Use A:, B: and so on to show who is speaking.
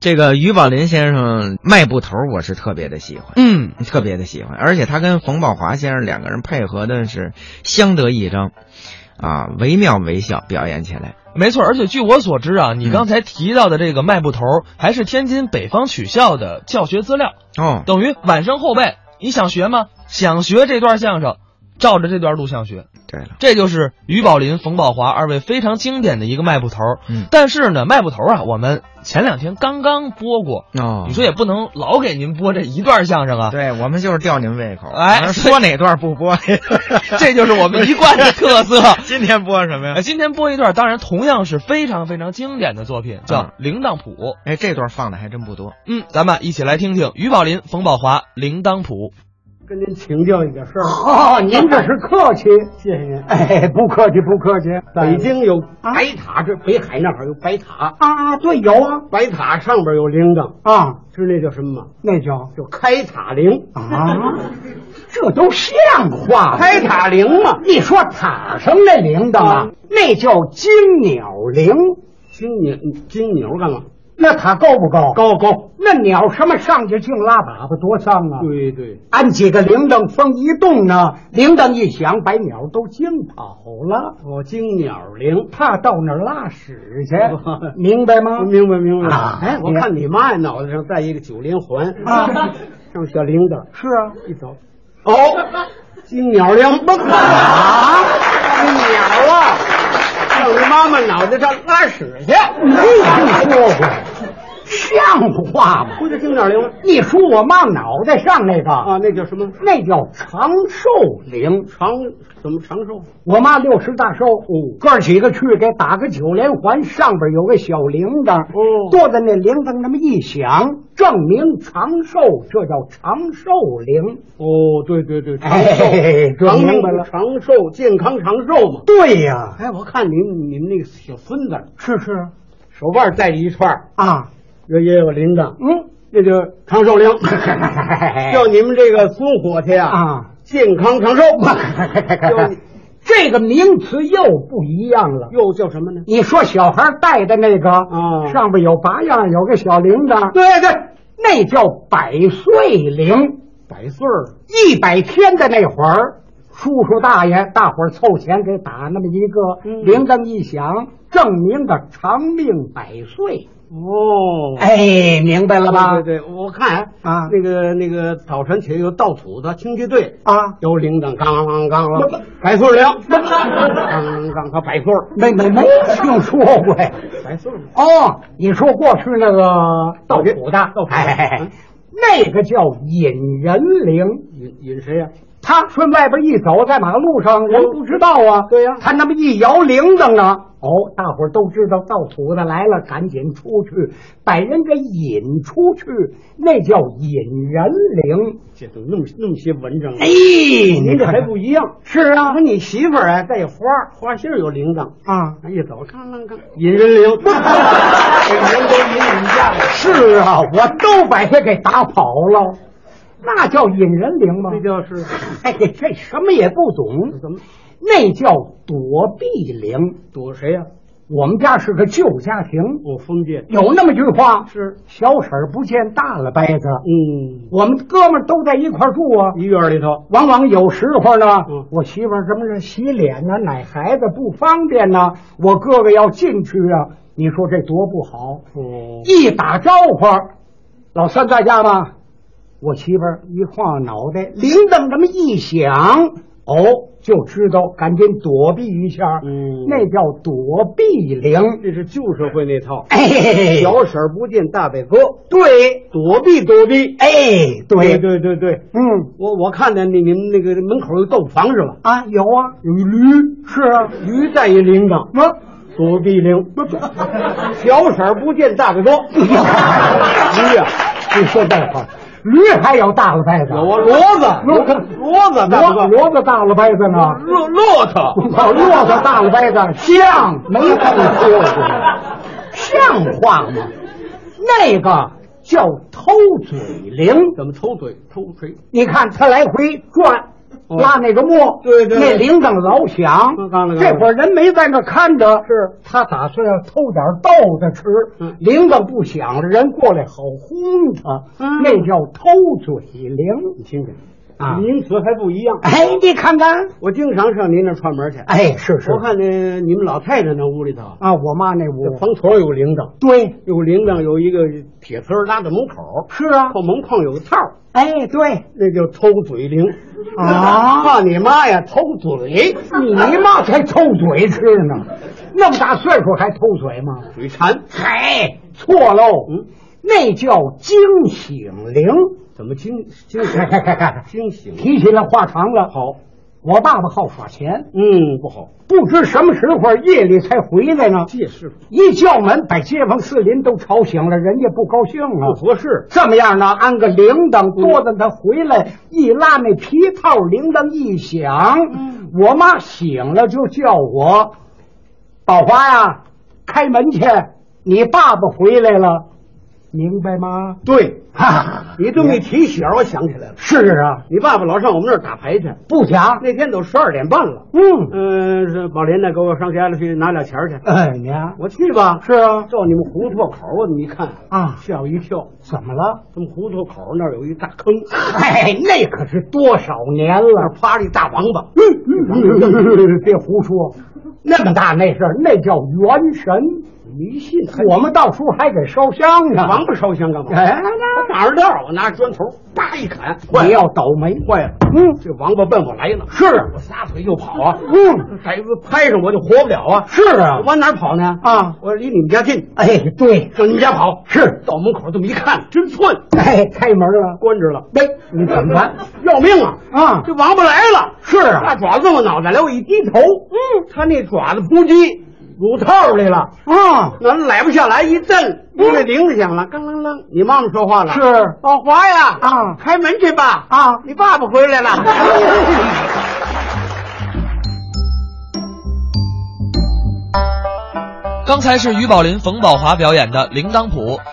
A: 这个于宝林先生迈步头，我是特别的喜欢，
B: 嗯，
A: 特别的喜欢，而且他跟冯宝华先生两个人配合的是相得益彰，啊，惟妙惟肖，表演起来。
B: 没错。而且据我所知啊，你
A: 嗯
B: 刚才提到的这个迈步头，还是天津北方曲校的教学资料，
A: 哦，
B: 等于晚生后辈，你想学吗？想学这段相声，照着这段录像学。
A: 对了，
B: 这就是于宝林、冯宝华二位非常经典的一个迈步头。
A: 嗯
B: 但是呢，迈步头啊，我们前两天刚刚播过，
A: 哦，
B: 你说也不能老给您播这一段相声啊。
A: 对，我们就是吊您胃口，
B: 哎
A: 说哪段不播，
B: 这就是我们一贯的特色。
A: 今天播什么
B: 呃，
A: 呀？
B: 今天播一段，当然同样是非常非常经典的作品，
A: 嗯
B: 叫《铃铛谱》。
A: 哎，这段放的还真不多。
B: 嗯，咱们一起来听听于宝林、冯宝华《铃铛谱》。
C: 跟您请教一点事儿。
D: 哦， 您这是客气，
C: 谢谢您。
D: 哎，不客气，不客气。
C: 北
D: 北
C: 京
D: 京有白塔，这北海那儿有白塔，
C: 啊，对，有啊
D: 白塔上边有铃铛，
C: 啊，
D: 知那叫什么吗？
C: 那叫
D: 叫开塔铃
C: 啊，这都像话吗
D: 开塔铃嘛，
C: 一说塔上那铃铛啊
D: 啊，
C: 那叫金鸟铃。
D: 金鸟金鸟干嘛？
C: 那塔高不高？。
D: 高高，
C: 那鸟什么上去净拉粑粑，多脏啊！
D: 对对，
C: 安几个铃铛风一动呢，铃铛一响，把鸟都惊跑了，
D: 哦，金鸟铃，，
C: 怕到那儿拉屎去 明白吗？
D: 明白明白
C: 啊。
D: 哎，我看你妈呀，脑袋上戴一个九连环
C: 啊，
D: 上小铃铛，
C: 是啊，
D: 一走，哦，金鸟铃，不可啊， 金鸟啊，上你妈妈脑袋上拉屎去，
C: 你没听说过，像话吗？
D: 不就金鸟铃吗？
C: 一说我妈脑袋上那个，
D: 啊，那叫什么
C: 那叫长寿铃。
D: 长什么长寿？
C: 我妈六十大寿，哥几个去给打个九连环，上边有个小铃铛，
D: 哦
C: 坐在那铃铛那么一响，证明长寿，这叫长寿铃。
D: 哦，对对对，长寿，
C: 哎，这
D: 长
C: 明
D: 命
C: 白了。
D: 长寿，健康长寿嘛。
C: 对呀、
D: 哎，我看你们你们那个小孙子
C: 是是
D: 手腕戴着一串儿，
C: 啊，
D: 这也有铃铛，
C: 嗯，
D: 这叫长 寿铃。叫你们这个孙伙计啊，
C: 啊，
D: 健康长寿。叫你
C: 这个名词又不一样了。
D: 又叫什么呢？
C: 你说小孩戴的那个，
D: 啊
C: 上边有八样，有个小铃铛，
D: 对对，
C: 那叫百岁铃。
D: 百岁儿了
C: 一百天的那会儿，叔叔大爷大伙儿凑钱给打那么一个
D: 嗯
C: 铃铛一响，证明的长命百岁。
D: 哦。
C: 哎，明白了吧？
D: 对对对，我看
C: 啊
D: 那个那个早晨起来有倒土的清洁队，
C: 啊，
D: 有铃铛，当啷当啷，百岁儿铃，当啷当啷，百岁儿，
C: 没没没听说过呀。
D: 百岁儿铃。
C: 哦，你说过去那个盗土的，
D: 盗土的
C: 哎
D: 嗯，
C: 那个叫引人铃。
D: 引引谁呀、哦
C: 他顺外边一走，在马路上人不知道啊。
D: 对呀
C: 他那么一摇铃铛啊，哦，大伙儿都知道盗土的来了，赶紧出去，把人给引出去，那叫引人铃。
D: 这怎么那么那么些文章啊？
C: 哎，
D: 您
C: 您
D: 这还不一样。
C: 是
D: 我
C: 啊
D: 说你媳妇儿啊，带花儿花心儿有铃铛，
C: 啊，
D: 一走，看看看，引人铃， 给人都引引下来，
C: 是啊，我都把他给打跑了，那叫引人铃吗
D: 这？就是
C: 哎呀，这什么也不懂，
D: 怎么
C: 那叫躲避铃。
D: 躲谁呀、
C: 我们家是个旧家庭，
D: 我封建
C: 有那么句话
D: 是，
C: 小婶儿不见大了掰子。
D: 嗯，
C: 我们哥们儿都在一块儿住啊，
D: 一院里头，
C: 往往有时候呢，
D: 嗯
C: 我媳妇儿什么是洗脸呢、奶孩子不方便呢、我哥哥要进去啊，你说这多不好！
D: 哦，
C: 一打招呼，老三在家吗？我媳妇儿一晃脑袋，铃铛这么一响，哦，就知道赶紧躲避一下，
D: 嗯
C: 那叫躲避铃。
D: 这是旧社会那套，
C: 哎，
D: 小婶儿不见大北哥，
C: 对，
D: 躲避躲避。
C: 哎，对，
D: 对对对，
C: 嗯
D: 我我看见你你们那个门口有豆腐房是吧？
C: 啊，有啊，有驴，是啊，
D: 驴带一铃铛，
C: 我
D: 躲避铃，小婶儿不见大 北哥，驴呀、
C: 啊你说这话，驴还有大了掰子，
D: 有啊，骡子，
C: 骡子
D: 骡子，大
C: 骡
D: 哥，
C: 骡子啊大了掰子呢，
D: 骆骆驼，
C: 老骆驼大了掰子，像没听说过，像话吗？那个叫偷嘴铃，
D: 怎么偷嘴偷锤？
C: 你看他来回转，
D: 哦
C: 拉那个磨，
D: 对对对
C: 那铃铛老响
D: 嗯干了干。了
C: 这会儿人没在那看着，
D: 是
C: 他打算要偷点豆子吃
D: 嗯，
C: 铃铛不响了，人过来好轰他
D: 嗯，
C: 那叫偷嘴铃
D: 你听听
C: 啊！
D: 名词还不一样。
C: 哎，你看看，
D: 我经常上您那儿串门去。
C: 哎，是是，
D: 我看那你们老太太那屋里头，
C: 啊，我妈那屋
D: 这床头有铃铛，
C: 对，
D: 有铃铛，有一个铁丝儿拉在门口，
C: 是啊，
D: 后门框有个套儿，
C: 哎，对，
D: 那叫偷嘴铃。
C: 啊
D: 怕你妈呀，偷嘴，
C: 你妈才偷嘴吃呢，那么大岁数还偷嘴吗？
D: 嘴馋，
C: 嗨，错喽，
D: 嗯
C: 那叫惊醒铃。
D: 怎么惊惊
C: 嗨嗨嗨嗨
D: 惊醒？
C: 提起来话长了，好，我爸爸好耍钱，
D: 嗯，不好，
C: 不知什么时候夜里才回来呢。
D: 这是不
C: 一叫门，把街坊四邻都吵醒了，人家不高兴啊。
D: 合适。
C: 这么样呢，安个铃铛，多的他回来一拉那皮套，铃铛一响，我妈醒了就叫我，宝华呀，开门去，你爸爸回来了，明白吗？
D: 对，
C: 哈，
D: 你这么一提醒，我想起来了，
C: 是啊，
D: 你爸爸老上我们那儿打牌去，
C: 不假，
D: 那天都十二点半了。
C: 嗯，
D: 嗯，是宝林呢，给我上家里去拿俩钱儿 去。
C: 哎，你啊
D: 我去吧。
C: 是啊，
D: 照你们胡同口，我你一看，
C: 啊，
D: 吓我一跳。
C: 怎么了？
D: 他们胡同口那儿有一大坑，
C: 嗨，那可是多少年
D: 那儿
C: 了。
D: 趴着一大王八。
C: 别胡说，那么大那事儿，那叫元神。
D: 迷信，
C: 我们到时候还给烧香呢。
D: 王八烧香干嘛？
C: 啊哎
D: 我打着料儿，我拿着砖头叭一砍，
C: 你要倒霉
D: 坏了。
C: 嗯，
D: 这王八奔我来了，
C: 是啊
D: 我撒腿就跑啊！
C: 嗯，
D: 孩子拍上我就活不了啊！
C: 是啊
D: 我往哪儿跑呢？
C: 啊，
D: 我离你们家近，
C: 哎，对，
D: 上你们家跑。
C: 是
D: 到门口这么一看，真寸，
C: 哎，开门了，
D: 关着了。
C: 喂，你怎么办？
D: 要命啊！
C: 啊
D: 这王八来了，
C: 是啊
D: 大爪子我脑袋来，我一低头，嗯，他那爪子扑叽乳套里了，
C: 啊，嗯
D: 那来不下来，一震，屋里铃子响了，当啷啷，你妈妈说话了，
C: 是
D: 宝华呀，
C: 啊
D: 开门去吧，
C: 啊
D: 你爸爸回来 了。
B: 刚才是于宝林、冯宝华表演的《铃铛谱》，